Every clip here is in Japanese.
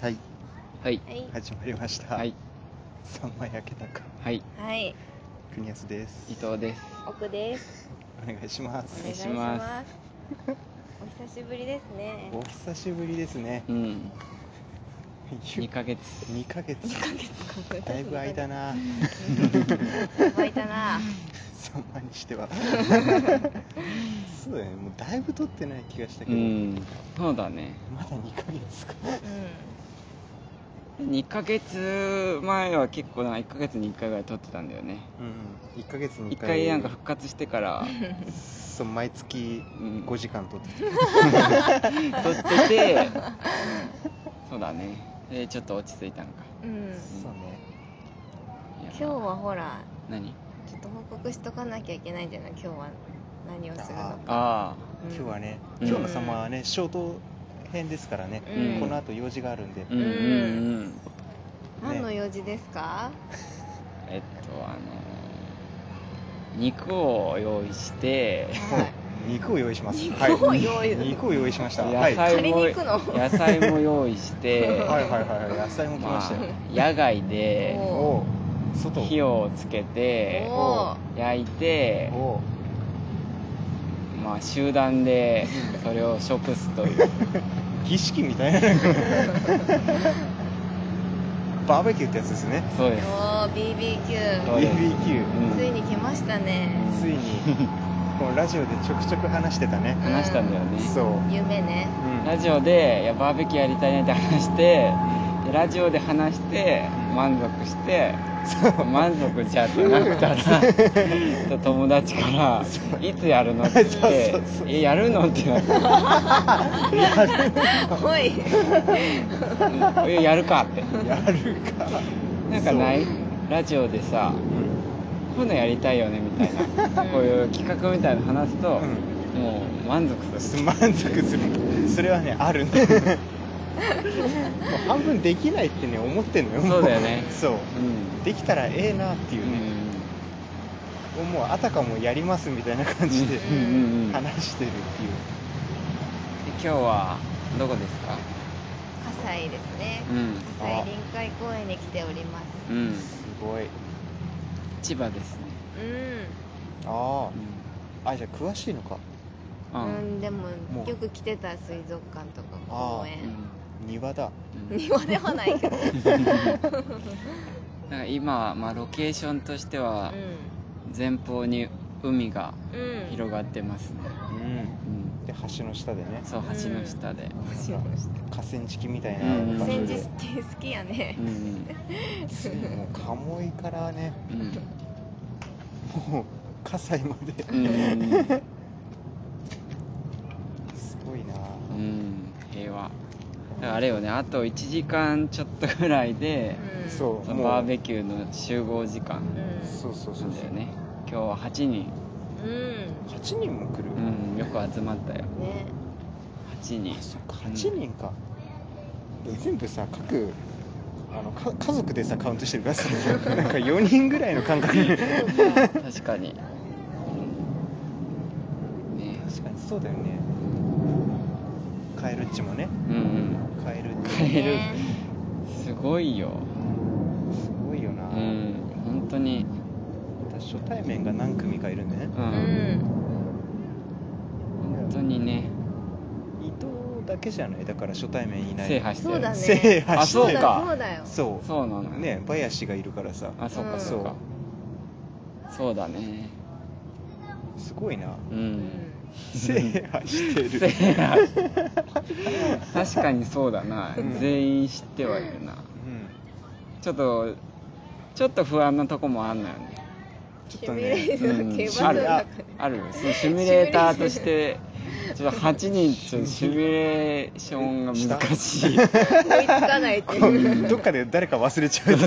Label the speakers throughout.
Speaker 1: はい
Speaker 2: はい
Speaker 3: はい
Speaker 1: 始まりました、
Speaker 2: はい、
Speaker 1: 三枚焼けたか
Speaker 2: はい、
Speaker 3: はい
Speaker 1: 国安です
Speaker 2: 伊藤です
Speaker 3: 奥です
Speaker 1: お願いしま
Speaker 3: お
Speaker 1: す
Speaker 3: 願
Speaker 2: 願
Speaker 3: い
Speaker 2: い
Speaker 3: し
Speaker 2: し
Speaker 3: ま
Speaker 2: ます
Speaker 3: すお久しぶりですね
Speaker 1: お久しぶりですね
Speaker 2: うん
Speaker 1: 2
Speaker 2: 二ヶ月
Speaker 1: ヶ月だいぶ空いたな
Speaker 3: 湧いたな
Speaker 1: 三枚にして はそうだねもうだいぶ撮ってない気がしたけ
Speaker 2: う
Speaker 1: ど、
Speaker 2: んそうだね
Speaker 1: まだ2ヶ月か
Speaker 3: う
Speaker 2: 2ヶ月前は結構な1ヶ月に1回ぐらい撮ってたんだよね
Speaker 1: うん1ヶ月に
Speaker 2: 1
Speaker 1: 1回
Speaker 2: 回なんか復活して から
Speaker 1: そう毎月
Speaker 2: うん
Speaker 1: 5時間撮ってて
Speaker 2: 撮っててそうだねでちょっと落ち着いたのか
Speaker 3: ん、うん、
Speaker 1: そうね
Speaker 2: いや
Speaker 3: 今日はほら
Speaker 2: 何
Speaker 3: ちょっと報告しとかなきゃいけないんじゃない今日は何をするのか
Speaker 2: あ
Speaker 3: うん
Speaker 1: 今日はね、
Speaker 2: うん
Speaker 1: 今日の様はねショート編ですからね、
Speaker 3: うん
Speaker 1: この後用事があるんで、
Speaker 2: あうんうんうん
Speaker 3: 何の用事ですか、
Speaker 2: えっとあの肉を用意して
Speaker 3: はい
Speaker 1: 肉を用意します
Speaker 3: 肉を
Speaker 1: はい
Speaker 3: 用意
Speaker 1: 肉を用意しました
Speaker 2: 野
Speaker 1: はいはい
Speaker 2: 菜も、
Speaker 3: 借りに行くの
Speaker 2: 野菜も用意して、
Speaker 1: はいはいはい野菜も来ま
Speaker 2: ま
Speaker 1: し
Speaker 2: あ
Speaker 1: たよ、、
Speaker 2: 野外で
Speaker 3: お
Speaker 1: おう外
Speaker 2: 火をつけて
Speaker 3: お
Speaker 2: 焼いて、
Speaker 1: おう
Speaker 2: まあ、集団でそれを食す という
Speaker 1: 儀式みたいな なんかバーベキューってやつですね
Speaker 2: そう
Speaker 3: お
Speaker 2: です
Speaker 3: ー BBQ
Speaker 2: そうです
Speaker 1: BBQ
Speaker 2: うん
Speaker 3: ついに来ましたね
Speaker 1: ついにこのラジオでちょくちょく話してたね
Speaker 2: 話したんだよね、
Speaker 1: そう、
Speaker 3: 夢ね
Speaker 1: うん
Speaker 2: ラジオでいやバーベキューやりたいねって話してでラジオで話して満足して 満足じゃってなったらちょっと友達から「いつやるの?」って言って
Speaker 1: そうそうそう
Speaker 2: 「えやるの?」ってなって
Speaker 3: おい
Speaker 2: うんいややるかって
Speaker 1: やるか
Speaker 2: なんかないラジオでさこういうのやりたいよねみたいなこういう企画みたいなの話すと、
Speaker 1: う
Speaker 2: もう満足す
Speaker 1: そ
Speaker 2: る
Speaker 1: う満足するそれはねあ るんだもう半分できないってね思ってんのよも
Speaker 2: そうだよね
Speaker 1: そう
Speaker 2: うん
Speaker 1: できたらええなっていうね、もうあたかもやりますみたいな感じで
Speaker 2: うんうんうんうんで
Speaker 1: 話してるっていう、
Speaker 2: 今日はどこですか
Speaker 3: 葛西ですね
Speaker 2: うん
Speaker 3: 葛西臨海公園に来ております
Speaker 2: うん
Speaker 1: すごい
Speaker 2: 千葉ですね
Speaker 3: うん
Speaker 1: あああじゃあ詳しいのか
Speaker 2: うんあ
Speaker 3: うん、でも
Speaker 1: もう
Speaker 3: よく来てた水族館とか
Speaker 1: あー
Speaker 3: 公園
Speaker 1: 庭だ
Speaker 2: うん
Speaker 3: 庭ではないけど、うん、
Speaker 2: なんか今、まあ、ロケーションとしては前方に海が
Speaker 3: うん、
Speaker 2: 広がってますね、
Speaker 1: うん
Speaker 2: うん、
Speaker 1: で橋の下でね
Speaker 2: そう橋の下で、
Speaker 3: 橋の下
Speaker 1: 河川敷みたいな
Speaker 2: うん
Speaker 1: 場所
Speaker 3: 戦
Speaker 1: で
Speaker 3: 時系好きやね
Speaker 2: うんうん
Speaker 1: ついにもう鴨居からね
Speaker 2: うん
Speaker 1: もう葛西まで
Speaker 2: うん
Speaker 1: すごいな
Speaker 2: うん平和だからあれよねあと1時間ちょっとぐらいで、
Speaker 3: うん
Speaker 1: そう
Speaker 2: そ
Speaker 1: も
Speaker 2: の
Speaker 1: う
Speaker 2: バーベキューの集合時間
Speaker 3: うん
Speaker 1: そうそう
Speaker 2: な
Speaker 1: そうん
Speaker 2: だ
Speaker 1: そ
Speaker 2: よ
Speaker 1: う
Speaker 2: ね今日は8人
Speaker 3: うん
Speaker 1: 8人も来る、
Speaker 2: うんよく集まったよ
Speaker 3: ね
Speaker 2: 8人
Speaker 1: あそっか8人か、で全部さ各あのか家族でさカウントしてるからさなんか4人ぐらいの感覚に確
Speaker 2: 確かにね
Speaker 1: かにそうだよねカエルっちもね
Speaker 2: うん
Speaker 1: カエルっ
Speaker 2: カ
Speaker 1: ち
Speaker 2: エ
Speaker 3: ね
Speaker 2: うんすごいよ
Speaker 1: すごいよな、
Speaker 2: うん本当に
Speaker 1: 私初対面が何組かいるんでね
Speaker 2: う
Speaker 3: うんん
Speaker 2: 本当にね
Speaker 1: 伊藤だけじゃないだから初対面いない
Speaker 2: 制覇して
Speaker 3: そうだ
Speaker 2: る
Speaker 3: ね
Speaker 1: 制覇
Speaker 2: あ
Speaker 1: して
Speaker 2: そう
Speaker 1: る
Speaker 2: か
Speaker 3: そうだよ
Speaker 1: そう
Speaker 2: そうなのよ
Speaker 1: ね林がいるからさ
Speaker 2: あそう
Speaker 3: う
Speaker 2: か
Speaker 3: ん
Speaker 2: そうかそうだね
Speaker 1: すごいな
Speaker 2: う
Speaker 3: うん
Speaker 2: ん
Speaker 1: 制覇してる
Speaker 2: せいや確かにそうだな、
Speaker 1: うん
Speaker 2: 全員知ってはいるな
Speaker 1: うん
Speaker 2: ちょっとちょっと不安なとこもあんのよね、
Speaker 1: ちょっ
Speaker 3: シ
Speaker 1: と
Speaker 3: ミュレ
Speaker 1: ね
Speaker 3: ーション競馬
Speaker 2: ある
Speaker 3: の中
Speaker 2: ああるそのシミュレーターとしてちょっと8人ちょっとシミュレーションが難し い
Speaker 3: 追いつかないって
Speaker 1: こ
Speaker 3: い う
Speaker 1: うどっかで誰か忘れちゃうっていう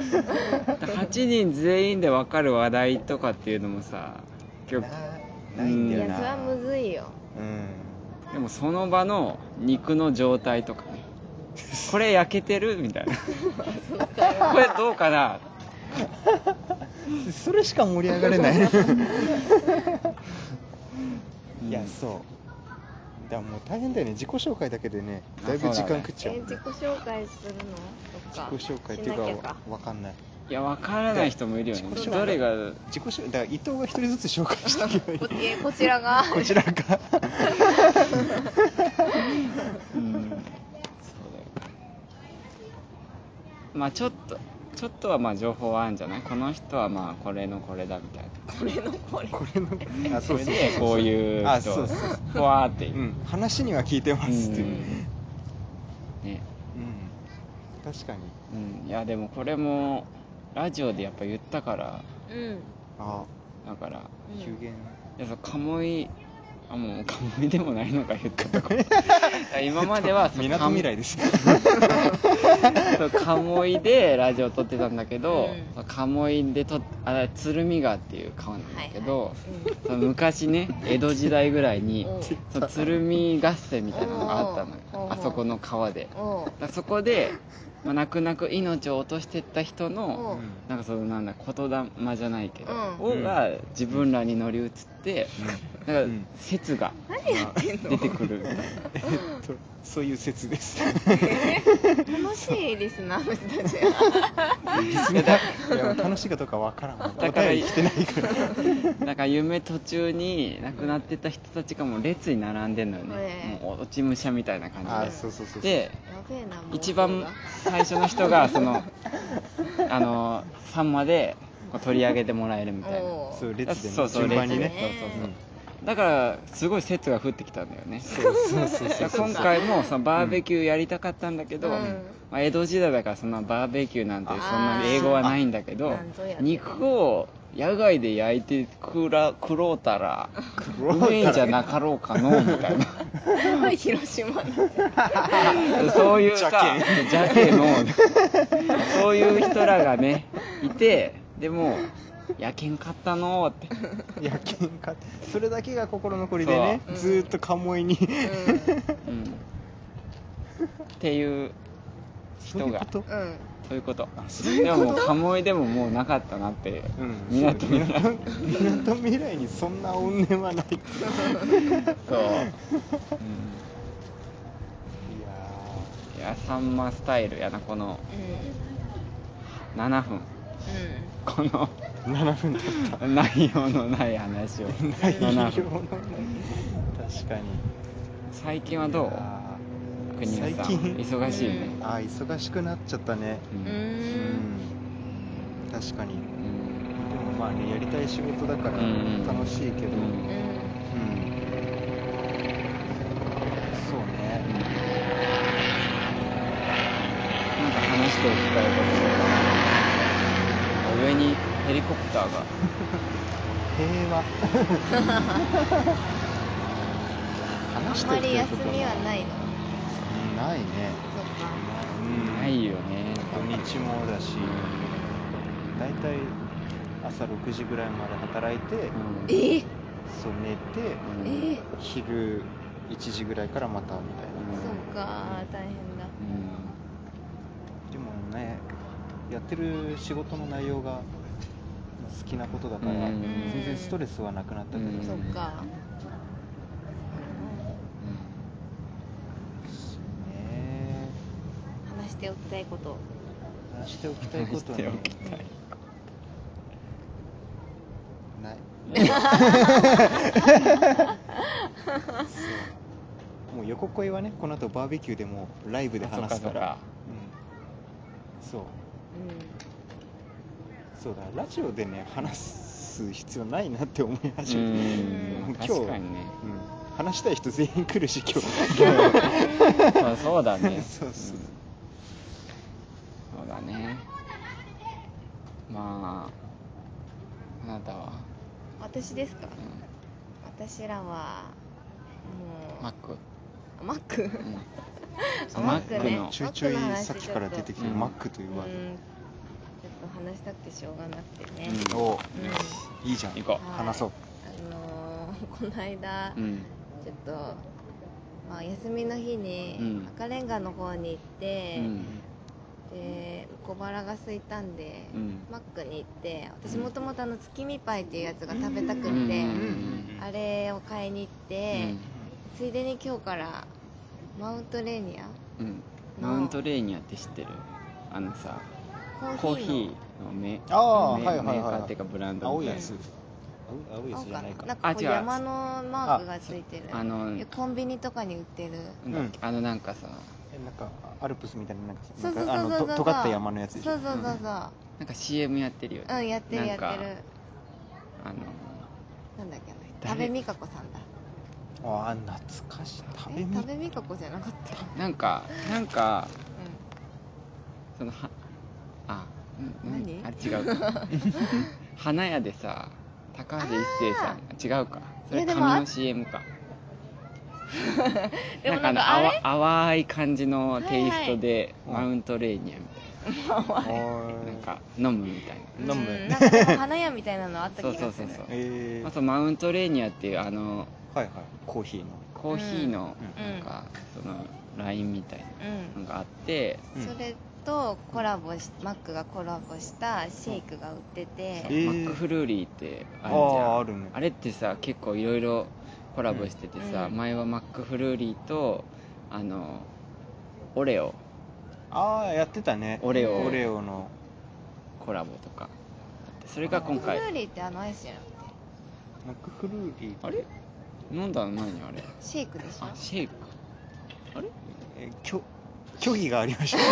Speaker 2: 8人全員で分かる話題とかっていうのもさ結構
Speaker 1: なないん
Speaker 3: い
Speaker 1: だよ
Speaker 3: や
Speaker 1: な
Speaker 3: それはむずいよ
Speaker 1: うん
Speaker 2: でもその場の肉の状態とかねこれ焼けてるみたいなこれどうかな
Speaker 1: それしか盛 り上がれないいやそうだからもう大変だよね自己紹介だけでね
Speaker 2: あ
Speaker 1: だいぶ時
Speaker 2: そうだ
Speaker 1: 間
Speaker 2: ね
Speaker 1: 食っちゃう
Speaker 3: え自己紹介するのとか
Speaker 1: 自己紹介って
Speaker 3: し
Speaker 1: い
Speaker 3: な
Speaker 1: う
Speaker 3: きゃ
Speaker 1: か
Speaker 3: か
Speaker 1: わわかんない
Speaker 2: いや分からない人もいるよね
Speaker 1: 自己紹介
Speaker 2: 誰が
Speaker 1: 自己紹介だから伊藤が一人ずつ紹介していけばい
Speaker 3: こ
Speaker 1: い
Speaker 3: えこちらが
Speaker 1: こちらか
Speaker 2: うんそうだよまあちょっとちょっとはまあ情報はあるんじゃないこの人はまあこれのこれだみたいな
Speaker 3: これのこれ
Speaker 1: これのあ
Speaker 2: それでこういう
Speaker 1: あ
Speaker 2: 人
Speaker 1: そうそうそう
Speaker 2: ふわーっていうう、
Speaker 1: ん話には聞いてますっていううん、
Speaker 2: ね
Speaker 1: 確かに
Speaker 2: うん、いやでもこれもラジオでやっぱ言ったから
Speaker 3: うん
Speaker 1: あ
Speaker 2: だから
Speaker 3: うん
Speaker 1: 有言
Speaker 2: いやそうカモイあもうカモイでもないのか言ったと こいや今まではそう
Speaker 1: みな
Speaker 2: カ
Speaker 1: と
Speaker 2: モ
Speaker 1: みらいです
Speaker 2: そうカモイでラジオ撮ってたんだけど、
Speaker 3: うん
Speaker 2: そうカモイで撮っあ鶴見川っていう川なんだけど、
Speaker 3: う
Speaker 2: その昔ね 江戸時代ぐらいに
Speaker 3: うん
Speaker 2: その鶴見合戦みたいなのがあったの
Speaker 3: うんうん
Speaker 2: よ
Speaker 3: う
Speaker 2: あ
Speaker 3: ん
Speaker 2: そこの川で
Speaker 3: んおう
Speaker 2: だからそこで、まあ、泣く泣く命を落としてった人の
Speaker 3: おう
Speaker 1: うん
Speaker 2: なんかそのなんだ言霊じゃないけど、
Speaker 3: うん
Speaker 2: をが自分らに乗り移って、な
Speaker 1: うんん
Speaker 2: か説が
Speaker 3: 何やってんの
Speaker 2: 出てくるみたいな
Speaker 1: えっとそう いう説です
Speaker 3: 楽しいリスナーの人たちが
Speaker 1: いやもう楽しいかどうかわからんもん
Speaker 2: だから
Speaker 1: お便り来てないから
Speaker 2: なんか夢途中に亡くなってた人たちがもう列に並んでんのよね、
Speaker 3: うん
Speaker 2: もう落ち武者みたいな感じ
Speaker 1: あ
Speaker 2: で
Speaker 1: そうそうそうそう
Speaker 2: で
Speaker 3: やべえなもう
Speaker 2: 一
Speaker 3: そう
Speaker 2: 番
Speaker 3: だ
Speaker 2: 最初の人がその あのさんまでこう取り上げてもらえるみたいな
Speaker 3: おう
Speaker 1: そう列でね
Speaker 2: そうそう
Speaker 1: 順番に
Speaker 3: 列で
Speaker 1: ね
Speaker 3: ねそうそうそう
Speaker 2: だからすごい説が降ってきたんだよね
Speaker 1: そうそうそう
Speaker 2: い
Speaker 1: そ
Speaker 2: や
Speaker 1: う そう
Speaker 2: 今回もそのバーベキューやりたかったんだけど、
Speaker 3: うん
Speaker 2: まあ、江戸時代だからそんなバーベキューなんてそんな英語はないんだけど
Speaker 3: あーなんぞやって
Speaker 2: 肉を野外で焼いて食ら食ろうたら
Speaker 1: 食ろ
Speaker 2: う
Speaker 1: うたら
Speaker 2: めえんじゃなかろうかのうみ たいな
Speaker 3: 広島の
Speaker 2: そういうさ
Speaker 1: 邪
Speaker 2: 邪気のそういう人らがねいてでも焼けんかったのうって
Speaker 1: 野犬かそれだけが心残りでね
Speaker 3: そう
Speaker 1: ずーっとカモイに
Speaker 2: うんっていう
Speaker 1: そう
Speaker 2: 人
Speaker 1: いう
Speaker 2: が
Speaker 1: こと
Speaker 3: うんうん
Speaker 2: そういうこと
Speaker 1: あそう
Speaker 2: でももうカモイでももうなかったなってみなとみらい
Speaker 1: みなとみらいにそんな怨念はないいや
Speaker 2: そう、いやさんまスタイルやなこの7分この
Speaker 1: ー7分経った
Speaker 2: 内容のない話を
Speaker 1: 内
Speaker 2: 7
Speaker 1: 容の
Speaker 2: 分
Speaker 1: 確かに
Speaker 2: 最近はどう
Speaker 1: あ
Speaker 2: 国枝さ
Speaker 1: 最
Speaker 2: ん
Speaker 1: 近
Speaker 2: 忙しいね、
Speaker 1: ーあー忙しくなっちゃったね
Speaker 2: う
Speaker 3: うんうん
Speaker 1: うんん確かにでもまあねやりたい仕事だから
Speaker 2: うん
Speaker 1: 楽しいけど
Speaker 2: う
Speaker 1: うんんそうね
Speaker 2: なんか話しておきたいこと上にヘリコプターが
Speaker 1: 平和話
Speaker 3: あん
Speaker 1: し
Speaker 3: ま
Speaker 1: てる
Speaker 3: り
Speaker 1: って
Speaker 3: 休
Speaker 1: ことは
Speaker 3: みはないの
Speaker 1: うんないね
Speaker 3: そっか
Speaker 1: うん
Speaker 2: ないよね、
Speaker 1: 土日もだし大体朝6時ぐらいまで働いて、
Speaker 2: うん
Speaker 3: ええ
Speaker 1: そう寝て
Speaker 2: うん
Speaker 3: え
Speaker 1: 昼1時ぐらいからまたみたい
Speaker 2: うん
Speaker 3: そっか大変
Speaker 2: う
Speaker 3: だ
Speaker 1: なでもねやってる仕事の内容が好きなことだから、
Speaker 2: うん
Speaker 1: 全然ストレスはなくなったけど、
Speaker 2: うん
Speaker 1: そ
Speaker 3: そっ
Speaker 1: う
Speaker 3: か
Speaker 2: ん
Speaker 1: ね
Speaker 3: 話しておきたいこと
Speaker 1: 話しておきたいことはね
Speaker 2: 話しておきたい
Speaker 1: ない そうもう横恋はねこの後バーベキューでもライブで話すからそう
Speaker 3: う
Speaker 1: そうだラジオでね話す必要ないなって思い始
Speaker 2: う
Speaker 1: めて
Speaker 2: ん
Speaker 1: もう今日
Speaker 2: 確かにね
Speaker 1: うん話したい人全員来るし今日
Speaker 2: そうそうだ ね
Speaker 1: そうそう
Speaker 2: うんそうだねまああなたは、
Speaker 3: ん私ですか
Speaker 2: う
Speaker 3: 私らは
Speaker 2: ん、
Speaker 3: も
Speaker 2: マック、
Speaker 3: うマック
Speaker 2: うん
Speaker 3: あ
Speaker 2: マ
Speaker 3: マ
Speaker 2: ッ
Speaker 3: ッ
Speaker 2: クの
Speaker 3: クね
Speaker 1: ちょいちょい
Speaker 3: マックの話
Speaker 1: さっきから出てきて
Speaker 2: ちょっ
Speaker 1: る
Speaker 2: と
Speaker 1: マックというワ
Speaker 3: う
Speaker 1: ー
Speaker 3: んちょっと話したくてしょうがなくてね、
Speaker 2: うん
Speaker 1: ドお
Speaker 3: うん
Speaker 1: いいじゃん
Speaker 2: 行こ
Speaker 3: う
Speaker 1: 話そう
Speaker 3: あのーこの間、
Speaker 2: うん
Speaker 3: ちょっと、まあ、休みの日に、
Speaker 2: うん
Speaker 3: 赤レンガの方に行って、
Speaker 2: うん
Speaker 3: で小腹が空いたんで、
Speaker 2: うん
Speaker 3: マックに行って私もともとあの月見パイっていうやつが食べたくって、
Speaker 2: うんうん
Speaker 1: うん
Speaker 3: あれを買いに行って、ついでに今日からマウントレーニア
Speaker 2: うん
Speaker 3: な
Speaker 2: マ
Speaker 3: あ
Speaker 2: ウントレーニアって知ってるあのさコーヒ
Speaker 3: の
Speaker 2: ーのメ
Speaker 1: ああ
Speaker 2: メ
Speaker 1: はいはいはい
Speaker 2: メーカーっていうかブランド
Speaker 1: 青
Speaker 2: み
Speaker 1: い
Speaker 2: たい
Speaker 1: や
Speaker 2: な
Speaker 1: つ青青いや
Speaker 3: 青
Speaker 1: つじゃな
Speaker 3: かないな
Speaker 1: か
Speaker 3: んかこう
Speaker 2: あ違う
Speaker 3: 山のマークがついてる
Speaker 2: あの
Speaker 3: いやコンビニとかに売ってる
Speaker 2: なんだっけあのなんかさ
Speaker 1: えなんかアルプスみたいななんかさ
Speaker 3: そうそう
Speaker 1: なん
Speaker 3: そう
Speaker 1: かあ
Speaker 3: そ
Speaker 1: のと
Speaker 3: うそう
Speaker 1: 尖った山のやつでし
Speaker 3: そ
Speaker 1: ょ
Speaker 3: うそうそうそ
Speaker 2: なんか CM やってるよね
Speaker 3: ううんやってる
Speaker 2: な
Speaker 3: や
Speaker 2: ん
Speaker 3: って
Speaker 2: か
Speaker 3: る
Speaker 2: あの
Speaker 3: なんだっけあの人
Speaker 2: 誰
Speaker 3: 多部未華子さんだ
Speaker 1: ああ懐かしい食べ
Speaker 3: え
Speaker 1: み
Speaker 3: 多部未華子じゃなかったよ
Speaker 2: なんかなんか
Speaker 3: う
Speaker 2: そのはあうん
Speaker 3: 何
Speaker 2: あ違う か花屋でさ高橋一生さん違うかそれ
Speaker 3: いやでも
Speaker 2: 紙の CM か
Speaker 3: んでもなん
Speaker 2: の
Speaker 3: かあれ
Speaker 2: 淡淡い感じのテイストで、
Speaker 1: はいはい
Speaker 2: マウントレーニアみたいななんか飲むみたいな
Speaker 1: 飲む
Speaker 3: うんなんかでも花屋みたいなのあった気
Speaker 2: そう
Speaker 3: がす
Speaker 2: そ
Speaker 3: る
Speaker 2: うそうそう
Speaker 1: えー、
Speaker 2: あとマウントレーニアっていうあの
Speaker 1: はいはいコーヒーの
Speaker 2: コーヒーの
Speaker 1: うん
Speaker 2: なんか、そのラインみたいな
Speaker 3: う
Speaker 2: のがあって、
Speaker 1: うん
Speaker 3: んそれとコラボしマックがコラボしたシェイクが売ってて
Speaker 2: そう
Speaker 1: えー
Speaker 2: マックフルーリーってある
Speaker 1: あ
Speaker 2: じゃん
Speaker 1: ああるね
Speaker 2: あれってさ結構いろいろコラボしててさ、
Speaker 3: うん
Speaker 2: 前はマックフルーリーとあのオレオ
Speaker 1: ああやってたね
Speaker 2: オレオ
Speaker 1: オレオの
Speaker 2: コラボとかあってそれが今回
Speaker 3: マックフルーリーってあのアイスじゃなくて
Speaker 1: マックフルーリー
Speaker 2: あれ飲んだの前にあれ
Speaker 3: シェイクでしょ
Speaker 2: あシェイクあれ
Speaker 1: えーきょ拒否がありました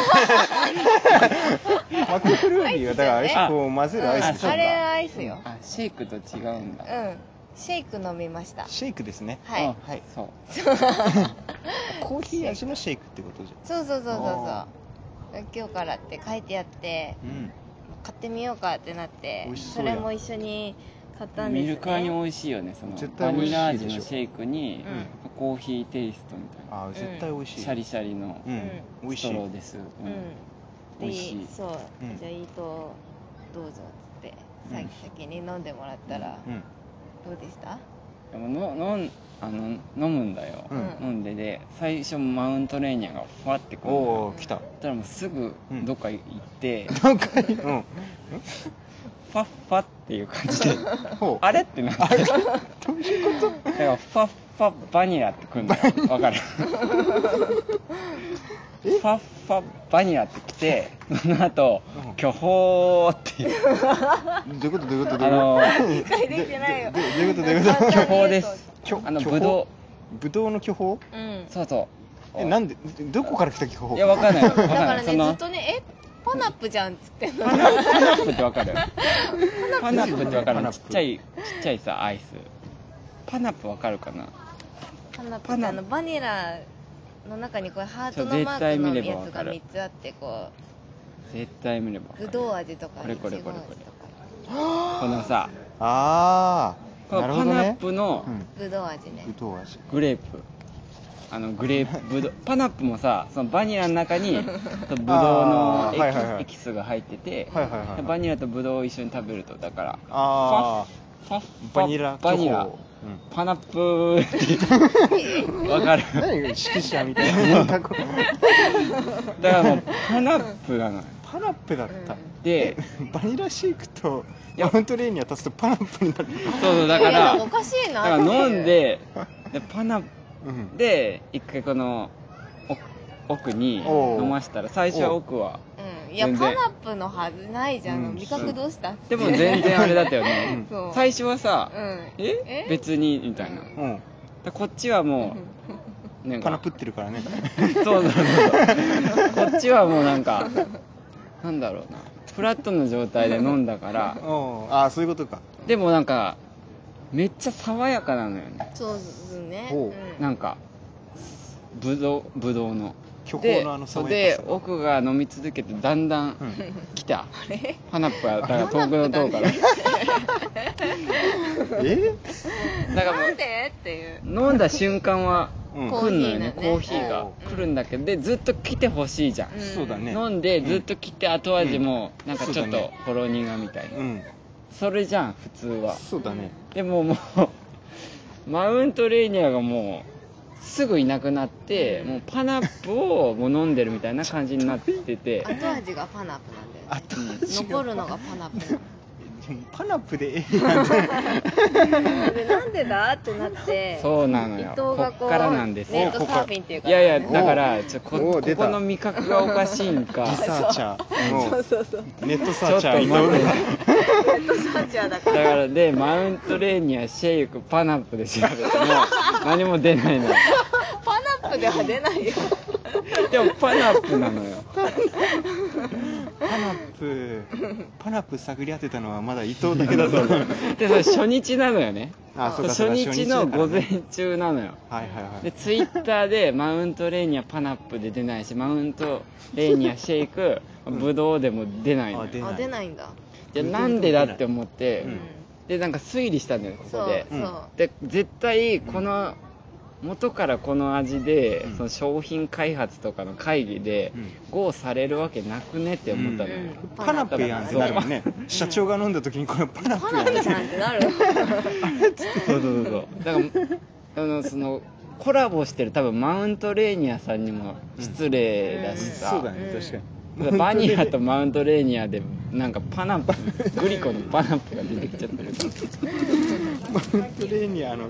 Speaker 1: マックフルーリーはだからあれでしょ
Speaker 2: アイスだよね
Speaker 1: こう混ぜるアイスでしょ
Speaker 3: あれアイスよ
Speaker 2: あシェイクと違うん
Speaker 3: う
Speaker 2: だ、
Speaker 3: んシェイク飲みました
Speaker 1: シェイクですね
Speaker 3: はい
Speaker 2: あはいそう
Speaker 1: コーヒー味のシェイクってことじ
Speaker 3: そうそうそうそう
Speaker 1: あ
Speaker 3: そう今日からって書いてあって
Speaker 1: ゃんうん
Speaker 3: 買ってみようかってなって
Speaker 1: 美味しそ
Speaker 3: そう
Speaker 1: や
Speaker 3: れも一緒に買ったんです、ね、
Speaker 2: 見るからに美味しいよねその
Speaker 1: 絶
Speaker 2: バ
Speaker 1: 対美味
Speaker 2: ニ
Speaker 1: しいでしょ
Speaker 2: ラ味のシェイクに、
Speaker 3: う
Speaker 2: コーヒーテイストみたいな
Speaker 1: ああ絶対美味しい、
Speaker 2: シャリシャリの
Speaker 1: うん、美味
Speaker 2: ス
Speaker 1: し
Speaker 2: ト
Speaker 1: い
Speaker 2: ローです、
Speaker 3: うん、
Speaker 2: うん美
Speaker 3: で
Speaker 2: 味しい
Speaker 3: そう、
Speaker 1: うん
Speaker 3: じゃあいいとどうぞって
Speaker 1: う
Speaker 3: さ
Speaker 1: ん
Speaker 3: 先に飲んでもらったら、
Speaker 1: うん
Speaker 3: どうでした
Speaker 2: でもの飲んあの飲むんだよ、
Speaker 1: うん
Speaker 2: 飲んでで最初マウントレーニアがふわってくるの
Speaker 1: お
Speaker 2: よ
Speaker 1: お来た
Speaker 2: そしたらもうすぐ
Speaker 1: うん
Speaker 2: どっか行って、フ
Speaker 1: なんかうん
Speaker 2: ァッファっていう感じで
Speaker 1: ほう
Speaker 2: あれってなってだからファッファバニラってくるのよわかるファッファバニラってきてその後
Speaker 1: うん
Speaker 2: 巨峰っていう
Speaker 1: どういうことどういうことど
Speaker 2: あの
Speaker 1: ういう
Speaker 2: ー
Speaker 1: こと
Speaker 3: 理解できてないよ
Speaker 1: どどどういうことどういうこと
Speaker 2: 巨峰です
Speaker 1: 巨
Speaker 2: あの
Speaker 1: 巨
Speaker 2: ぶ
Speaker 1: 峰
Speaker 2: ど
Speaker 1: ぶどうの巨峰
Speaker 3: うんうん
Speaker 2: うそうそう
Speaker 1: えなんんでどこから来た巨峰
Speaker 2: いやわかんないわかん
Speaker 3: だか
Speaker 2: な
Speaker 3: ら
Speaker 2: いそ
Speaker 3: ねずっ
Speaker 2: の
Speaker 3: とねえパナップじゃんっつって
Speaker 2: パナパナップってわかるパナップってわか
Speaker 1: パナ
Speaker 2: る
Speaker 1: ップ
Speaker 2: ちっちゃいちっちゃいさアイスパナップわかるかな
Speaker 3: パナップ
Speaker 2: パ
Speaker 3: って
Speaker 2: ナ
Speaker 3: あのバニラの中にこれハート
Speaker 2: そう
Speaker 3: のマ
Speaker 2: 絶対
Speaker 3: ー
Speaker 2: 見れ
Speaker 3: ク
Speaker 2: ば
Speaker 3: のや
Speaker 2: わ
Speaker 3: つ
Speaker 2: か
Speaker 3: が
Speaker 2: る
Speaker 3: 3つあってこ
Speaker 2: 絶対見ればわ
Speaker 3: う
Speaker 2: かる
Speaker 3: ぶどう味とか
Speaker 2: こ
Speaker 3: い
Speaker 2: れ
Speaker 3: ち
Speaker 2: こ
Speaker 3: ご
Speaker 2: れ
Speaker 3: 味と
Speaker 2: こ
Speaker 3: か
Speaker 2: れこれこのさ
Speaker 1: あ
Speaker 2: こ
Speaker 1: あなるほ
Speaker 2: のパ
Speaker 1: ど
Speaker 2: ナッ
Speaker 1: ね
Speaker 2: プの
Speaker 1: うん
Speaker 3: ぶどう味ね
Speaker 1: ぶどう味
Speaker 2: グレープあのグレ ープぶどうパナップもさそのバニラの中にそうぶどうの
Speaker 1: あー
Speaker 2: エキ,、
Speaker 1: はいはいはい
Speaker 2: エキスが入ってて、
Speaker 1: はいはいはいはい
Speaker 2: バニラとぶどうを一緒に食べるとだから
Speaker 1: あ
Speaker 2: ファッフ
Speaker 1: あ
Speaker 2: ァ
Speaker 1: バニラ
Speaker 2: バニラ
Speaker 1: 巨峰うん
Speaker 2: パナップーっ てわかる
Speaker 1: 何指揮者みたいな格好
Speaker 2: だからもうパナップなのよ
Speaker 1: パナップだった、
Speaker 2: で
Speaker 1: バニラシェイクと
Speaker 2: いや
Speaker 1: マウントレーニア足すとパナップになる
Speaker 2: そうそうだか
Speaker 3: いやな
Speaker 2: ら
Speaker 3: んかおかし
Speaker 2: だ
Speaker 3: いな
Speaker 2: から
Speaker 3: っていう
Speaker 2: 飲んででパナッ
Speaker 1: うん
Speaker 2: で一回この奥奥に
Speaker 1: おう
Speaker 2: 飲ましたら最初は奥は
Speaker 3: うん、いや
Speaker 2: 全
Speaker 3: パ
Speaker 2: 然
Speaker 3: ナップのはずないじゃん、
Speaker 1: うん
Speaker 3: 味覚どうした
Speaker 2: でも全然あれだったよね
Speaker 3: そう
Speaker 2: 最初はさ
Speaker 3: うん
Speaker 2: え別にみたいな
Speaker 3: うん
Speaker 1: うん
Speaker 2: でこっちはもうなん
Speaker 1: パナ
Speaker 2: か
Speaker 1: ップってるからね
Speaker 2: そうそうそうこっちはもうなんかなんだろうなフラットの状態で飲んだから
Speaker 1: お うああそういうことか
Speaker 2: でもなんかめっちゃ爽やかなのよね
Speaker 3: そうですね
Speaker 1: ほう
Speaker 3: うん
Speaker 2: なんかぶどうぶどうの
Speaker 1: 巨峰
Speaker 2: で
Speaker 1: のあの
Speaker 2: そ
Speaker 1: 爽
Speaker 2: れ
Speaker 1: や
Speaker 2: で
Speaker 1: かさ
Speaker 2: 奥が飲み続けてだんだ
Speaker 1: う
Speaker 2: ん
Speaker 1: ん
Speaker 2: 来 た
Speaker 3: れ
Speaker 2: 花っぱだから遠くの塔から
Speaker 1: え
Speaker 2: だからも
Speaker 3: なん
Speaker 2: う
Speaker 3: でっていう
Speaker 2: 飲んだ瞬間は
Speaker 1: うん
Speaker 3: こ
Speaker 2: 来んのよね
Speaker 3: コ
Speaker 2: コ
Speaker 3: ー
Speaker 2: ー
Speaker 3: ヒ
Speaker 2: ヒ
Speaker 3: ー
Speaker 2: ー
Speaker 1: が
Speaker 2: が
Speaker 1: ね
Speaker 2: 来るんだけどでずっと来てほしいじゃん、
Speaker 3: うん
Speaker 1: そうだね
Speaker 2: 飲んでずっと来て後味もなんかちょ
Speaker 1: そ
Speaker 2: っ
Speaker 1: うだ
Speaker 2: と
Speaker 1: ね
Speaker 2: ほろ苦みたいな、
Speaker 1: うん
Speaker 2: それじゃん普通は
Speaker 1: そうだね
Speaker 2: でももう マウントレーニアがもうすぐいなくなって、
Speaker 3: うん
Speaker 2: もうパナップをもう飲んでるみたいな感じになってて
Speaker 3: 後味がパナップなんだよね
Speaker 1: 後味が
Speaker 3: 残るのがパナップ
Speaker 1: でもパナプでええやん
Speaker 3: でなんでだってなって
Speaker 2: そうなの
Speaker 3: 伊
Speaker 2: よ
Speaker 3: 藤
Speaker 2: こ
Speaker 3: が
Speaker 2: っ
Speaker 3: こう
Speaker 2: からなんです
Speaker 3: ネ
Speaker 2: よ
Speaker 3: ットサーフィンっていうか
Speaker 2: いやいや
Speaker 1: おう
Speaker 2: だからちょこ
Speaker 1: おう
Speaker 2: こ
Speaker 1: 出た
Speaker 2: この味覚がおかしいんか
Speaker 1: リサーチャーの
Speaker 3: そうそうそう
Speaker 1: ネット
Speaker 2: ち
Speaker 1: サ
Speaker 2: ょ
Speaker 1: ー
Speaker 2: っと
Speaker 1: チャー伊
Speaker 2: 待っ
Speaker 1: 藤
Speaker 2: て
Speaker 1: が
Speaker 3: ネットサーチャーだか
Speaker 2: だ
Speaker 3: ら
Speaker 2: からでマウントレーニアシェイクパナップで調べても何も出ないのよ
Speaker 3: パナップでは出ないよ
Speaker 2: でもパナップなのよ
Speaker 1: パナプパナプ探り当てたのはまだ伊藤だけだと思 う
Speaker 2: でそれ初日なのよね
Speaker 1: あそうか
Speaker 2: 初
Speaker 1: そうか
Speaker 2: 日の
Speaker 1: だから
Speaker 2: 午
Speaker 1: ね
Speaker 2: 前中なのよ
Speaker 1: はいはいはい
Speaker 2: でツイッターでマウントレーニアパナップで出ないしマウントレーニアシェイク
Speaker 1: うん
Speaker 2: ブドウでも出ないの
Speaker 1: あ
Speaker 2: よ
Speaker 1: 出ない
Speaker 3: あ出ないんだ
Speaker 2: じゃあなんでだって思っ
Speaker 3: う
Speaker 2: て、
Speaker 3: ん
Speaker 2: でなんか推理したんだよねこ
Speaker 3: そ
Speaker 2: こ
Speaker 3: う
Speaker 2: で
Speaker 1: うん
Speaker 3: そ
Speaker 2: で絶対この元からこの味で、
Speaker 1: うん
Speaker 2: その商品開発とかの会議で、
Speaker 1: うん
Speaker 2: ゴーされるわけなくねって思った
Speaker 3: う
Speaker 2: のよ、
Speaker 3: うん
Speaker 1: パナップやんってなるもんね社長が飲んだ時にこれパナッ
Speaker 3: パ
Speaker 1: プ
Speaker 3: ナ
Speaker 1: やん
Speaker 3: ップじゃんってなる
Speaker 2: そうそうそうそうだからあ のそのコラボしてる多分マウントレーニアさんにも失礼だし さ、
Speaker 1: そうだね確かに
Speaker 2: だからバニラとマウントレーニアでなんかパナップグリコのパナップが出てきちゃってるから
Speaker 1: マウントレーニアの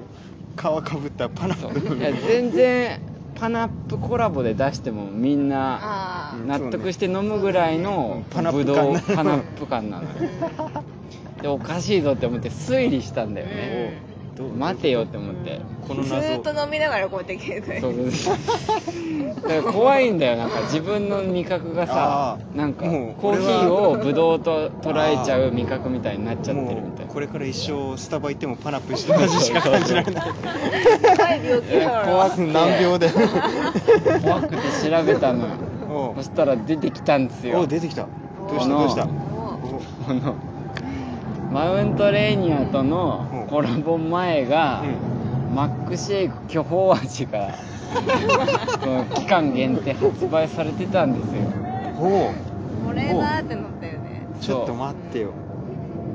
Speaker 1: 皮かぶったパナ
Speaker 2: そ
Speaker 1: ップ
Speaker 2: ういや全然パナップコラボで出してもみんな
Speaker 3: あ
Speaker 1: うん
Speaker 2: 納得して飲むぐらいの
Speaker 1: そうね
Speaker 2: ブドウ
Speaker 1: うん
Speaker 2: パ
Speaker 1: パ
Speaker 2: ナ
Speaker 1: ナ
Speaker 2: ップ感なの
Speaker 3: あう
Speaker 2: よ
Speaker 3: ん
Speaker 2: でおかしいぞって思って推理したんだよね
Speaker 1: どう
Speaker 2: 待てよって思って
Speaker 1: この
Speaker 3: ず
Speaker 1: 謎
Speaker 3: ーっと飲みながらこうやって携帯
Speaker 2: そうそうそう だから怖いんだよなんか自分の味覚がさ
Speaker 1: あー
Speaker 2: なんか
Speaker 1: もう
Speaker 2: コーヒーをブドウと捉えちゃう味覚みたいになっちゃってるみたい
Speaker 1: も
Speaker 2: な
Speaker 1: うこれから一生スタバ行ってもパナップしてる味しか感じられない
Speaker 3: 深い病気だから
Speaker 2: 怖くて
Speaker 1: 難病で
Speaker 2: 怖くて調べたのよ
Speaker 1: お
Speaker 2: そしたら出てきたんですよ
Speaker 1: お出てきたどうし
Speaker 2: あ
Speaker 1: た
Speaker 2: の
Speaker 1: どうした
Speaker 3: も
Speaker 1: お
Speaker 2: このマウントレーニアとのコラボ前が、マックシェイク巨峰 味がこの期間限定発売されてたんですよ
Speaker 1: お
Speaker 3: うこれだーってなったよね
Speaker 1: ちょっと待ってよ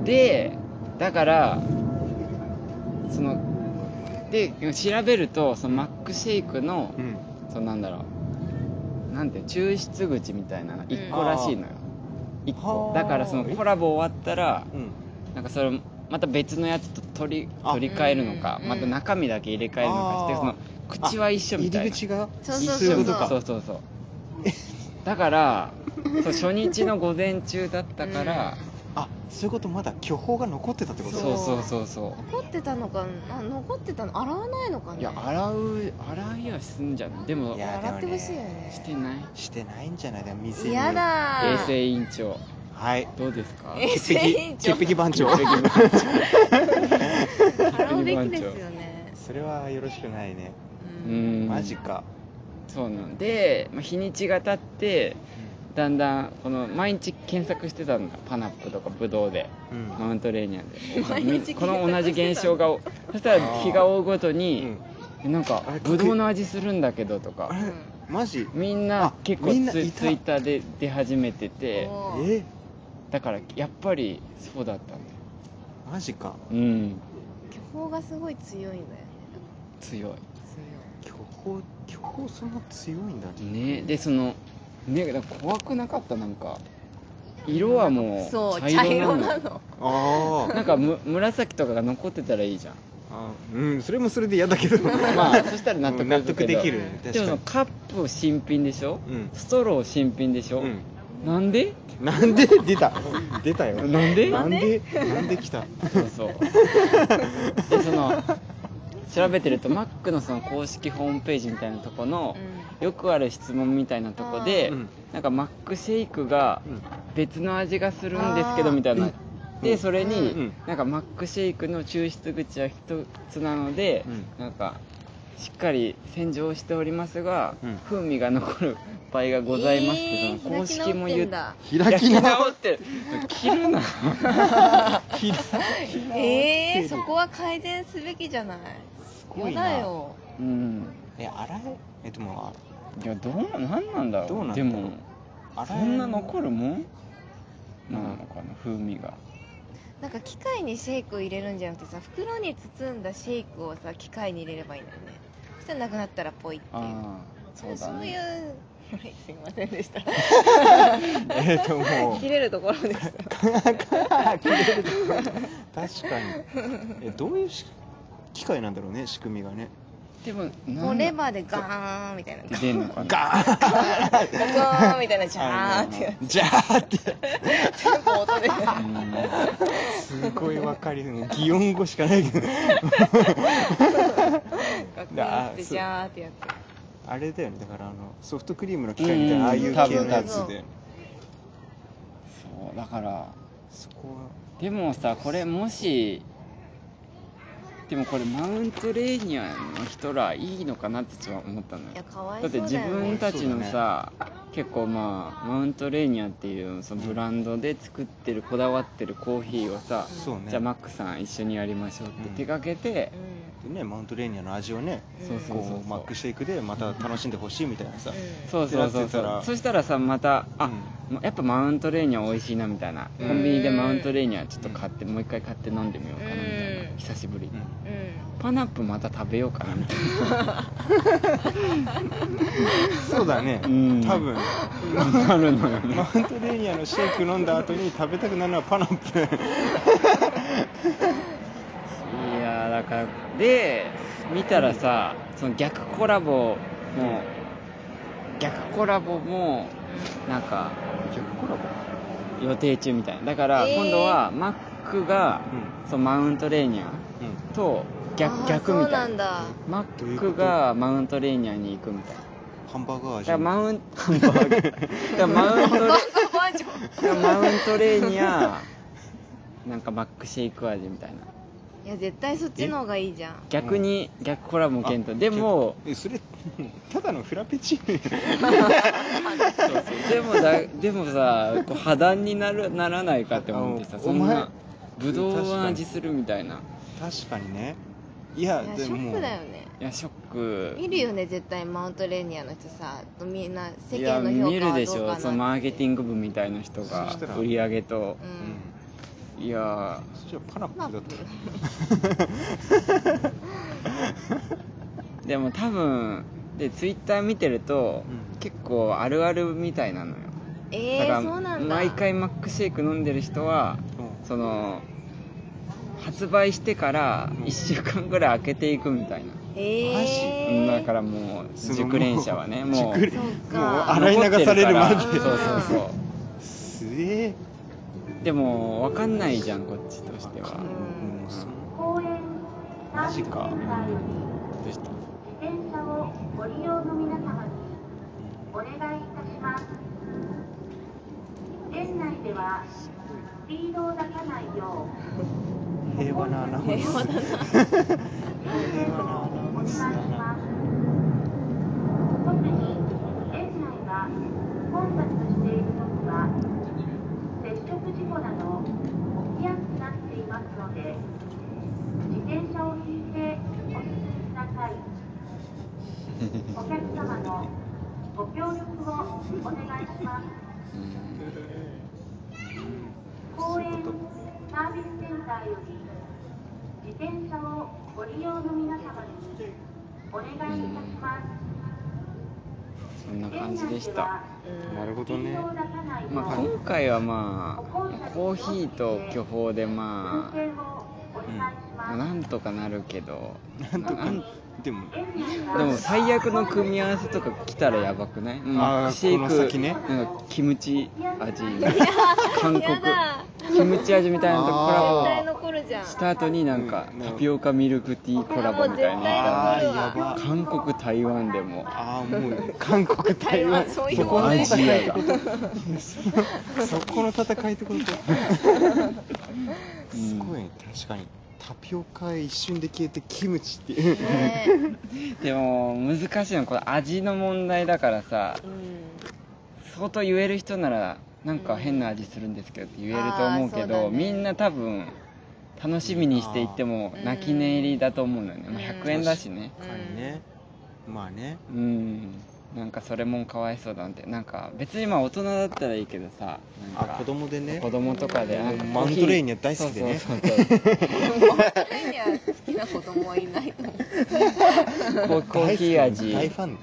Speaker 2: でだからそので調べるとそのマックシェイクの、
Speaker 1: うん
Speaker 2: そのなんだろうなんていうの抽出口みたいな1個らしいのよ、一
Speaker 1: は
Speaker 2: 個
Speaker 1: あ
Speaker 2: だからそのコラボ終わったら
Speaker 1: うん
Speaker 2: なんかそれまた別のやつと取り
Speaker 1: あ
Speaker 2: 取り替えるのか
Speaker 3: うん
Speaker 2: また中身だけ入れ替えるのかして
Speaker 1: あー
Speaker 2: その口は一緒みた
Speaker 1: 入
Speaker 2: いな
Speaker 1: り口が
Speaker 3: そう
Speaker 2: 一
Speaker 3: そう
Speaker 1: そうそ
Speaker 2: 緒
Speaker 1: う
Speaker 2: そうそうそうだからそう初日の午前中だったから、
Speaker 1: あそういうことまだ巨峰が残ってたってこと
Speaker 2: そうそうそうそ
Speaker 3: 残ってたのかな残ってたの洗わないのか
Speaker 2: う
Speaker 3: ない
Speaker 2: や洗う洗いはすんじゃんでも
Speaker 1: いや
Speaker 3: 洗ってほしいよ
Speaker 2: し
Speaker 3: ね
Speaker 2: てない
Speaker 1: してないんじゃないだ水に
Speaker 3: 嫌だー
Speaker 2: 衛生委員長
Speaker 1: はい
Speaker 2: どうですか
Speaker 3: 衛生委員長
Speaker 1: 潔癖番 長
Speaker 3: 洗うべきですよね
Speaker 1: それはよろしくないね
Speaker 2: う
Speaker 3: うん
Speaker 2: ん
Speaker 1: マジか
Speaker 2: そうなんで、まあ、日にちが経ってだんだんこの毎日検索してたんだパナップとかブドウで
Speaker 1: うん
Speaker 2: マウントレーニア
Speaker 3: 毎
Speaker 2: で
Speaker 3: 日検索してた
Speaker 2: この同じ現象がそしたら日が追うごとになんか
Speaker 1: あれ
Speaker 2: ブドウの味するんだけどと
Speaker 1: あ
Speaker 2: か
Speaker 1: れマジ
Speaker 2: みんな
Speaker 1: あ
Speaker 2: 結構
Speaker 1: みんな
Speaker 2: ツイ
Speaker 1: いた
Speaker 2: ツイッターで出始めてて
Speaker 3: おー
Speaker 1: え
Speaker 2: だからやっぱりそうだったんだよ
Speaker 1: マジか
Speaker 2: うん
Speaker 3: 巨峰がすごい強いんだよね
Speaker 2: 強い
Speaker 1: 巨峰巨峰そんな強いんだね
Speaker 2: ねでそのねだから怖くなかったなんか色はもう
Speaker 3: そう
Speaker 2: 茶
Speaker 3: 茶
Speaker 2: 色
Speaker 3: 色
Speaker 2: な
Speaker 3: な
Speaker 2: の
Speaker 3: の
Speaker 1: あ
Speaker 2: なんかむ紫とかが残ってたらいいじ ゃん
Speaker 1: あうんそれもそれで嫌だけど
Speaker 2: まあそしたら納得
Speaker 1: 納得できる
Speaker 3: うん
Speaker 2: で
Speaker 1: 確
Speaker 2: もそ
Speaker 1: か
Speaker 2: のカップ新品でしょ、
Speaker 1: うん
Speaker 2: ストロー新品でしょ、
Speaker 1: に
Speaker 2: なんで
Speaker 1: うんなんで 出た出たよ
Speaker 2: なんで
Speaker 1: なんでなんで来た
Speaker 2: そうそうでその調べてるとマックのその公式ホームページみたいなとこの、よくある質問みたいなとこで、
Speaker 1: うん
Speaker 2: なんかマックシェイクが
Speaker 1: うん
Speaker 2: 別の味がするんですけど
Speaker 3: あー
Speaker 2: みたいな、
Speaker 1: うん
Speaker 2: でそれに、
Speaker 1: うん
Speaker 2: なんかマックシェイクの抽出口は一つなので、なんかしっかり洗浄しておりますが、
Speaker 1: うん
Speaker 2: 風味が残る場合がございますって、
Speaker 3: えー
Speaker 2: その公式も言っ
Speaker 3: 開き直ってんだ
Speaker 1: 開き直
Speaker 2: 開きって 切るな
Speaker 1: 開き直
Speaker 3: ええー、そこは改善すべきじゃない
Speaker 1: す
Speaker 3: や
Speaker 1: ごいな
Speaker 3: だよ
Speaker 2: うん
Speaker 1: え洗ええでも
Speaker 2: いやどうなんなんだろう
Speaker 1: どうなんだろう
Speaker 2: でも
Speaker 1: 洗
Speaker 2: そ
Speaker 1: え
Speaker 2: んな残るもんなのかな風味が
Speaker 3: なんか機械にシェイクを入れるんじゃなくてさ袋に包んだシェイクをさ機械に入れればいいんだよねそしたらなくなったらポイってい
Speaker 2: あ
Speaker 3: う
Speaker 2: あそうだ
Speaker 3: そうい
Speaker 2: ね
Speaker 3: うはい、すいませんでした。
Speaker 1: えっともう
Speaker 3: 切れるところでした。
Speaker 1: 確かにえどういうし機械なんだろうね仕組みがね
Speaker 2: でも
Speaker 3: もうレバ
Speaker 2: ー
Speaker 3: ーでガーンみたいな。ガ
Speaker 2: 出んのかな
Speaker 1: ガーン
Speaker 3: ーンみたいな、ジャーンっていう。
Speaker 1: ジャーって
Speaker 3: 全部音で。
Speaker 1: すごいわかりるね擬音語しかないけど
Speaker 3: ガクンってジャーってやつ。
Speaker 1: あれだよねだからあのソフトクリームの機械みたいなああいう系のやつ
Speaker 3: 多分多
Speaker 1: で
Speaker 3: 分
Speaker 2: そうだから
Speaker 1: そこは
Speaker 2: でもさこれもしでもこれマウントレーニアの人らいいのかなってちょっと思ったのよ
Speaker 3: いや、かわい
Speaker 2: だ
Speaker 3: そ
Speaker 2: っ
Speaker 3: うだ
Speaker 2: て
Speaker 3: よ
Speaker 2: 自分
Speaker 3: ね。
Speaker 2: たちのさ、結構まあマウントレーニアっていうそのブランドで作ってるこだわってるコーヒーをさ、
Speaker 1: そうね
Speaker 2: じゃあマックさん一緒にやりましょうって手掛けて、
Speaker 1: でねマウントレーニアの味をね
Speaker 3: うん
Speaker 2: そうそう
Speaker 1: こうマックシェイクでまた楽しんでほしいみたいなさ
Speaker 2: そうそうそう
Speaker 1: ってなってた
Speaker 2: そ
Speaker 1: ら
Speaker 2: うそしたらさまたあ、
Speaker 1: う
Speaker 2: やっぱマウントレーニア美味しいなみたいな、
Speaker 1: うん
Speaker 2: コンビニでマウントレーニアちょっと買って、もう一回買って飲んでみようかなみたいな、
Speaker 3: うん
Speaker 2: 久しぶりに、
Speaker 1: う
Speaker 3: うん。うん。
Speaker 2: パナップまた食べようかなみたいな
Speaker 1: そうだね
Speaker 2: うん
Speaker 1: 多分
Speaker 2: なるのよね
Speaker 1: マウントレーニアのシェイク飲んだ後に食べたくなるのはパナップ
Speaker 2: いやーだからで見たらさその逆コラボも逆コラボもなんか
Speaker 1: 逆コラボ
Speaker 2: 予定中みたいなだから
Speaker 3: えー
Speaker 2: 今度はマックが
Speaker 1: う
Speaker 2: そのマウントレーニア
Speaker 1: んうん
Speaker 2: と逆逆み
Speaker 3: そうな
Speaker 2: たい
Speaker 3: ん
Speaker 2: な
Speaker 3: だ。
Speaker 2: マックがマウントレーニアに行くみたいな
Speaker 1: ハンバーガー
Speaker 2: だ
Speaker 1: 味
Speaker 2: からマウントだからマウント レだからマウントレーニアなんかマックシェイク味みたいない
Speaker 3: や、絶対そっちの方がいいじゃん。
Speaker 2: 逆に逆コラボも検討でも
Speaker 1: えそれ ただのフラペチー
Speaker 2: そうそうでもだでもさこう破談になるならないかって思って
Speaker 1: あ
Speaker 2: さ
Speaker 1: お
Speaker 2: そんな
Speaker 1: 前
Speaker 2: ぶどう
Speaker 1: 確
Speaker 2: の
Speaker 1: かに
Speaker 2: 味するみたいな
Speaker 1: 確かにねいや
Speaker 3: いや、シ
Speaker 1: で
Speaker 3: ョ
Speaker 1: も
Speaker 3: ックだよね。
Speaker 2: いやショック
Speaker 3: 見るよね、絶対マウントレーニアの人さ。みんな、世
Speaker 2: いや
Speaker 3: 間の評
Speaker 2: 見
Speaker 3: 価
Speaker 2: る
Speaker 3: は
Speaker 2: で
Speaker 3: ど
Speaker 2: し
Speaker 3: うかな
Speaker 2: ょ
Speaker 3: って。
Speaker 2: そのマーケティング部みたいな人
Speaker 1: そ
Speaker 2: が
Speaker 1: したら
Speaker 2: 売り上げと
Speaker 3: う
Speaker 1: うんん。
Speaker 2: いや
Speaker 1: そしたらパナップだったら
Speaker 2: ーでも多分でツイッター見てると、
Speaker 1: うん
Speaker 2: 結構あるあるみたいなのよ
Speaker 3: え
Speaker 2: だ
Speaker 3: え
Speaker 2: から
Speaker 3: そうなんだ。
Speaker 2: 毎回マックシェイク飲んでる人は
Speaker 1: うん
Speaker 2: その発売してから1週間ぐらい開けていくみたいな、
Speaker 3: え
Speaker 2: うん
Speaker 3: え
Speaker 2: だからもう熟練者はね
Speaker 1: その
Speaker 2: もう
Speaker 1: 熟練
Speaker 3: そう
Speaker 1: もう
Speaker 3: か。
Speaker 1: 洗い流されるまで
Speaker 2: 残ってるからそうそうそ
Speaker 1: すええ
Speaker 2: うでも分かんないじゃんこっちとしては
Speaker 1: うんそのマジか
Speaker 2: どうした
Speaker 4: お願いいたします。園内ではスピードを出さないよう
Speaker 1: 平和なアナウンス平和なアナウンスだな
Speaker 4: 特に園内が混雑しているときは接触事故など起きやすくなっていますので自転車を引いてお進みくださいお客様のご協力をお願いし ます公園サービスセンターより自転車をご利用の皆様にお願いいたします、
Speaker 2: そんな感じでした
Speaker 1: なるほどね
Speaker 2: まあ今回はまあコーヒーと巨峰でまあまあなんとかなるけど
Speaker 1: なんとかでも
Speaker 2: でも最悪の組み合わせとか来たらやばくないマックシェイ
Speaker 1: こ
Speaker 2: ク
Speaker 1: の先ね
Speaker 2: なんかキムチ味韓国
Speaker 3: やだ。
Speaker 2: キムチ味みたいなのとコラボ
Speaker 1: あー
Speaker 3: 絶対残るじゃん。
Speaker 2: した後になんかタピオカミルクティーコラボみたい
Speaker 3: 絶
Speaker 2: な
Speaker 3: 対
Speaker 1: ああ
Speaker 3: 残るわ
Speaker 1: やば
Speaker 2: 韓国台湾でも
Speaker 1: ああもう 韓国台湾
Speaker 3: そういう
Speaker 1: そこ
Speaker 2: もう
Speaker 1: の
Speaker 2: アジ
Speaker 1: 戦い
Speaker 2: ア
Speaker 1: って
Speaker 2: が
Speaker 1: こ、とそこの戦いってこと
Speaker 2: う
Speaker 1: すご
Speaker 2: ん、
Speaker 1: い確かにタピオカ一瞬で消えてキムチっていう
Speaker 3: ね
Speaker 2: でも難しいのはこれ味の問題だからさ
Speaker 3: うん
Speaker 2: 相当言える人ならなんか変な味するんですけどって言えると思うけ
Speaker 3: あーそう
Speaker 2: ど
Speaker 3: だね
Speaker 2: みんな多分楽しみにしていっても泣き寝入りだと思うのよね、まあ、
Speaker 3: うん
Speaker 2: 100円だしね
Speaker 1: 確かにねまあね
Speaker 2: うんなんかそれもかわいそうだなってなんか別にまあ大人だったらいいけどさなん
Speaker 1: あ
Speaker 2: か
Speaker 1: 子供でね
Speaker 2: 子供とかであの
Speaker 1: マントレーニャ大好きでね
Speaker 2: そうそうそうそう
Speaker 3: 彼には好きな子供はいないと思う。
Speaker 2: ココーヒー味
Speaker 1: 大ファン
Speaker 2: う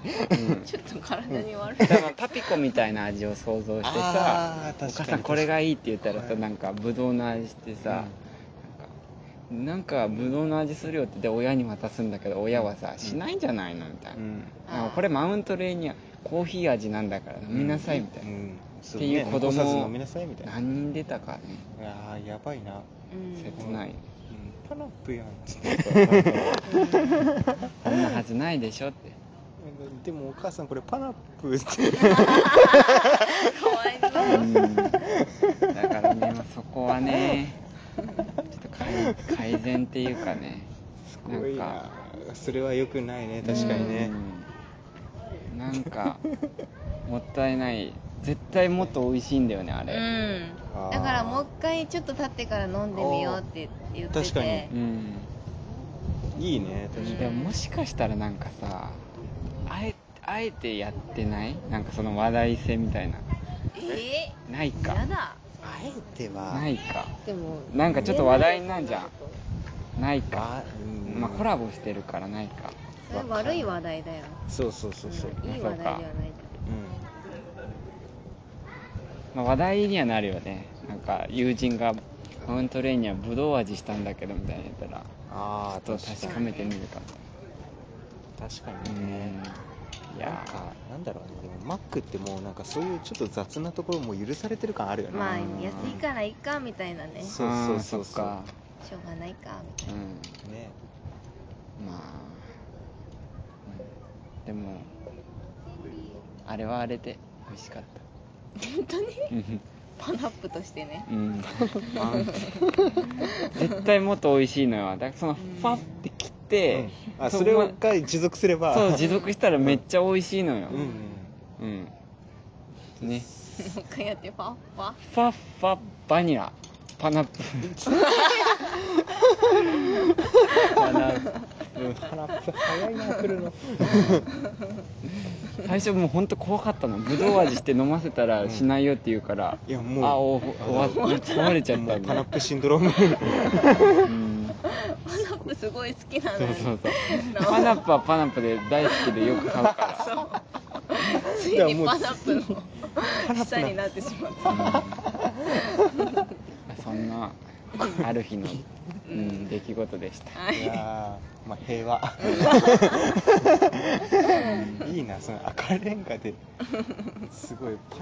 Speaker 2: ん
Speaker 3: ちょっと体に悪い。
Speaker 2: だからパピコみたいな味を想像してさ
Speaker 1: あー確
Speaker 2: お
Speaker 1: かに
Speaker 2: 母さんこれがいいって言ったら
Speaker 1: こ
Speaker 2: さ
Speaker 1: れ
Speaker 2: なんかブドウの味してさ、なんかブドウの味するよってで親に渡すんだけど親はさ、しないんじゃないのみたいな、
Speaker 1: うん
Speaker 2: なんかこれマウントレーニアコーヒー味なんだから飲みなさいみたいな、
Speaker 1: うんそ
Speaker 2: っていう子供
Speaker 1: ね残さず飲みなさいみたいな
Speaker 2: 何人出たかね
Speaker 1: あーやばいな、
Speaker 3: うん
Speaker 2: 切ない、
Speaker 1: うん、パナップやん
Speaker 2: こんなはずないでしょって
Speaker 1: でもお母さんこれパナップって
Speaker 3: かわいそう。
Speaker 2: うんだからね、まあそこはね、ちょっと改改善っていうかね、
Speaker 1: すごいなそれはよくないね確かにね
Speaker 2: うん、なんか、もったいない、絶対もっと美味しいんだよね、あ
Speaker 3: う
Speaker 2: れ。
Speaker 3: ん
Speaker 1: あー
Speaker 3: だからもう一回ちょっと経ってから飲んでみようって言ってて
Speaker 1: 確かに
Speaker 2: うん、
Speaker 1: いいね確か
Speaker 2: でももしかしたらなんかさあえ、あえてやってないなんかその話題性みたいな、
Speaker 3: え
Speaker 2: ない
Speaker 3: ー、や
Speaker 2: か、
Speaker 3: だ
Speaker 1: あえては
Speaker 2: ないか、
Speaker 3: でも
Speaker 2: なんかちょっと話題になんじゃん、ないか
Speaker 1: あ、うん
Speaker 2: まあ、コラボしてるからないか。
Speaker 3: それ悪い話題だよ、
Speaker 1: そうそうそうそう、
Speaker 3: うんいい話題ではない
Speaker 1: うん
Speaker 2: まあ、話題にはなるよねなんか友人がマウントレーニアブドウ味したんだけどみたいなやったら
Speaker 1: ああ
Speaker 2: ちょっと確かめてみるか
Speaker 1: 確か
Speaker 2: う
Speaker 1: にね
Speaker 2: んい
Speaker 1: なん
Speaker 2: や
Speaker 1: かなんだろうねでもマックってもうなんかそういうちょっと雑なところも許されてる感あるよね、
Speaker 3: ま
Speaker 2: う
Speaker 3: あ
Speaker 2: ん
Speaker 3: 安いからいっかみたいなねし
Speaker 1: そ
Speaker 3: ょ
Speaker 1: うそう
Speaker 2: あー
Speaker 1: そうそう
Speaker 2: そっか
Speaker 3: うがないかみたい
Speaker 2: うん
Speaker 1: ね
Speaker 2: まあ、うんでもあれはあれで美味しかった
Speaker 3: な本当に
Speaker 2: うん
Speaker 3: パナップとしてね
Speaker 2: うん 絶対もっと美味しいのよだからそのファって切って、
Speaker 1: うんあ
Speaker 2: そ
Speaker 1: そ
Speaker 2: こ
Speaker 1: れ
Speaker 2: ま
Speaker 1: を一回持続すれば
Speaker 2: そう持続したらめっちゃ美味しいのよ
Speaker 1: うんうん
Speaker 2: うん、ね
Speaker 3: もう一回やってファッファ
Speaker 2: ファッファバニラパナッ プパナップ
Speaker 1: うん腹早いな来るの
Speaker 2: 最初もう本当怖かったのぶどう味して飲ませたらしないよって言うから、
Speaker 1: いやもう
Speaker 2: あお終わっ壊れちゃった
Speaker 1: もうんパナッ
Speaker 2: だ
Speaker 1: プシンドローム
Speaker 2: うん
Speaker 3: パ ナップすごい好きなの
Speaker 2: そ
Speaker 3: よ
Speaker 2: うそうそうパ
Speaker 3: な
Speaker 2: ナップはパナップで大好きでよく買 うか
Speaker 3: ついにパナップの
Speaker 1: ナップな
Speaker 3: 下になってしまった
Speaker 2: ら、うんそんなある日の、うん、出来事でした
Speaker 1: いやーまあ平和いいなその赤レンガですごいパ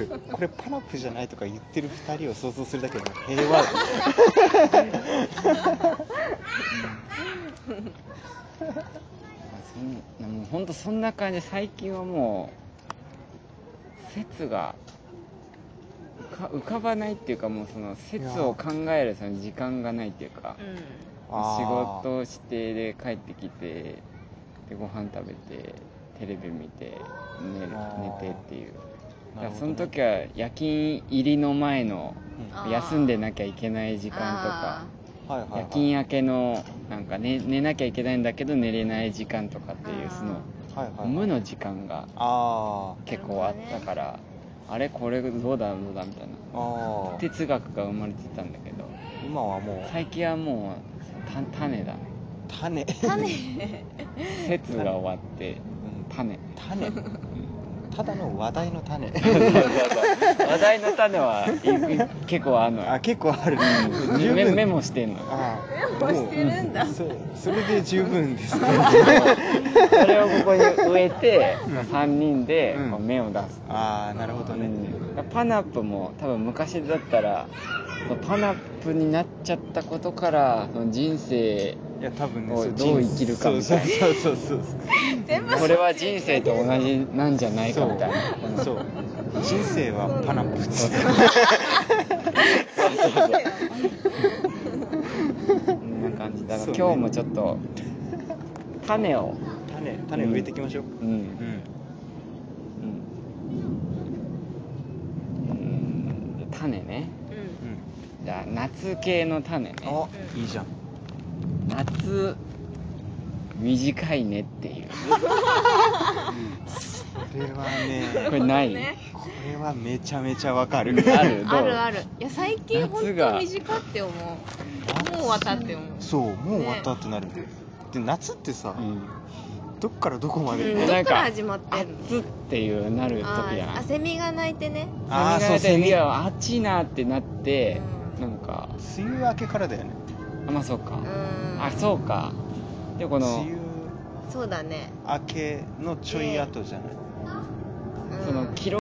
Speaker 1: ナップこれパナップじゃないとか言ってる2人を想像するだけでもう平和
Speaker 2: まあそんもう本当そんな感じで最近はもう説が浮か浮かばないっていうかもうその説を考えるその時間がないっていうか
Speaker 3: うん
Speaker 2: 仕
Speaker 1: あー
Speaker 2: 事をしてで帰ってきてでご飯食べてテレビ見て寝る
Speaker 1: あー
Speaker 2: 寝てっていうだ
Speaker 1: なるほ
Speaker 2: から
Speaker 1: どね
Speaker 2: その時は夜勤入りの前の
Speaker 1: うん
Speaker 3: あー
Speaker 2: 休んでなきゃいけない時間とか
Speaker 1: はいはい、はい、
Speaker 2: 夜勤明けのなんか寝寝なきゃいけないんだけど寝れない時間とかっていう
Speaker 3: あー
Speaker 2: その
Speaker 1: はいはいはい
Speaker 2: 無の時間が
Speaker 1: あー
Speaker 2: 結構あったから、あれこれどうだどうだみたいな
Speaker 1: あー
Speaker 2: 哲学が生まれてたんだけど
Speaker 1: 今はもう
Speaker 2: 最近はもうた種だね
Speaker 1: 種
Speaker 3: 種
Speaker 2: 説が終わって種
Speaker 1: 種ただの話題の種
Speaker 2: 話題の種はいい結構あんの
Speaker 1: あ
Speaker 2: よ
Speaker 1: 結構あ る十
Speaker 2: メ
Speaker 1: 分
Speaker 2: メモしてんのよ
Speaker 1: あ
Speaker 3: メモしてるんだ
Speaker 1: もうそうそれで十分ですね
Speaker 2: それをここに植えて、3人で
Speaker 1: うん
Speaker 2: こう芽を出す、
Speaker 1: ああなるほどね、
Speaker 2: うんパナップも多分昔だったらパナップになっちゃったことからその人生
Speaker 1: いや多分ね
Speaker 2: こう
Speaker 1: そう
Speaker 2: どう生きるかみたいな
Speaker 1: そうそうそうそう
Speaker 3: 全部
Speaker 2: これは人生と同じなんじゃないかみたいな
Speaker 1: そうそう人生はパナップです
Speaker 2: こんな感じだから
Speaker 1: そうね
Speaker 2: 今日もちょっと種を
Speaker 1: 種種植えていきましょう
Speaker 2: う
Speaker 1: うんん
Speaker 2: うんうん種ね
Speaker 3: うん
Speaker 1: うん
Speaker 2: じゃあ夏系の種ね
Speaker 1: あいいじゃん
Speaker 2: 夏短いねっていう
Speaker 1: これはね
Speaker 2: これない、
Speaker 3: ね
Speaker 1: これはめちゃめちゃわかる
Speaker 2: あるどう
Speaker 3: あるあるいや最近本
Speaker 2: 夏
Speaker 3: 当
Speaker 2: が
Speaker 3: 短って思うもう終わったって思う
Speaker 1: そうもう終わったってなる、で夏ってさ、
Speaker 2: う
Speaker 1: どっからどこまで、
Speaker 3: うん
Speaker 2: ん、
Speaker 3: ど
Speaker 2: な
Speaker 3: っ
Speaker 2: ん
Speaker 3: から
Speaker 2: か
Speaker 3: 始まってんの
Speaker 2: 暑っていうなる時
Speaker 3: あ
Speaker 2: や
Speaker 3: ーあ
Speaker 2: ん
Speaker 3: セミが鳴いてね
Speaker 1: ああそうセ
Speaker 2: セミ
Speaker 1: ミ梅
Speaker 2: が暑いなってなってなんか
Speaker 1: 雨明けからだよね
Speaker 2: あまあそうか
Speaker 3: う、ん
Speaker 2: あそうかでこ
Speaker 1: 梅
Speaker 2: の
Speaker 1: 雨
Speaker 3: そうだね
Speaker 1: 明けのちょい後じゃない、
Speaker 3: うん
Speaker 2: その記録